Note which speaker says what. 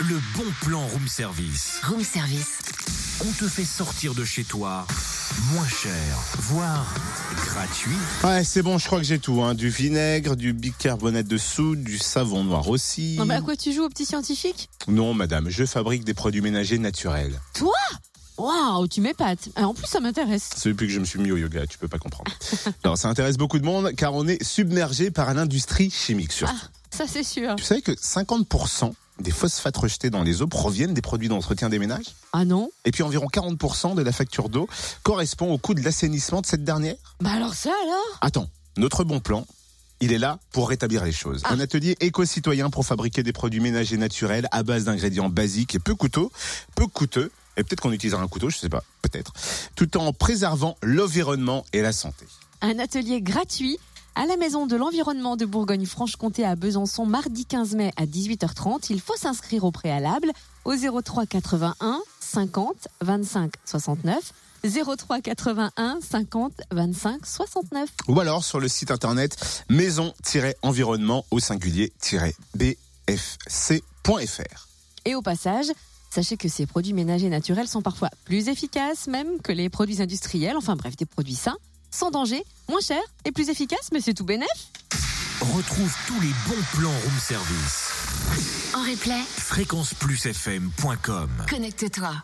Speaker 1: Le bon plan room service.
Speaker 2: Room service.
Speaker 1: On te fait sortir de chez toi moins cher, voire gratuit.
Speaker 3: Ouais, c'est bon, je crois que j'ai tout. Hein. Du vinaigre, du bicarbonate de soude, du savon noir aussi.
Speaker 4: Non, mais à quoi tu joues au petit scientifique
Speaker 3: Non, madame, je fabrique des produits ménagers naturels.
Speaker 4: Toi Waouh, tu m'épates. Ah, En plus, ça m'intéresse.
Speaker 3: C'est depuis que je me suis mis au yoga, tu peux pas comprendre. Alors, ça intéresse beaucoup de monde car on est submergé par l'industrie chimique surtout.
Speaker 4: Ah, ça c'est sûr.
Speaker 3: Tu savais que 50% des phosphates rejetés dans les eaux proviennent des produits d'entretien des ménages
Speaker 4: Ah non
Speaker 3: Et puis environ 40% de la facture d'eau correspond au coût de l'assainissement de cette dernière
Speaker 4: Bah alors ça alors
Speaker 3: Attends, notre bon plan, il est là pour rétablir les choses. Un atelier éco-citoyen pour fabriquer des produits ménagers naturels à base d'ingrédients basiques et peu coûteux, peu coûteux. Et peut-être qu'on utilisera un couteau, je sais pas, peut-être, tout en préservant l'environnement et la santé.
Speaker 4: Un atelier gratuit à la Maison de l'Environnement de Bourgogne-Franche-Comté à Besançon, mardi 15 mai à 18h30. Il faut s'inscrire au préalable au 03 81 50 25 69. 03 81 50 25 69.
Speaker 3: Ou alors sur le site internet maison-environnement au singulier-bfc.fr.
Speaker 4: Et au passage, sachez que ces produits ménagers naturels sont parfois plus efficaces même que les produits industriels, enfin bref, des produits sains, sans danger, moins chers et plus efficaces, mais c'est tout bénef.
Speaker 1: Retrouve tous les bons plans room service.
Speaker 2: En replay,
Speaker 1: Fréquenceplusfm.com
Speaker 2: connecte-toi.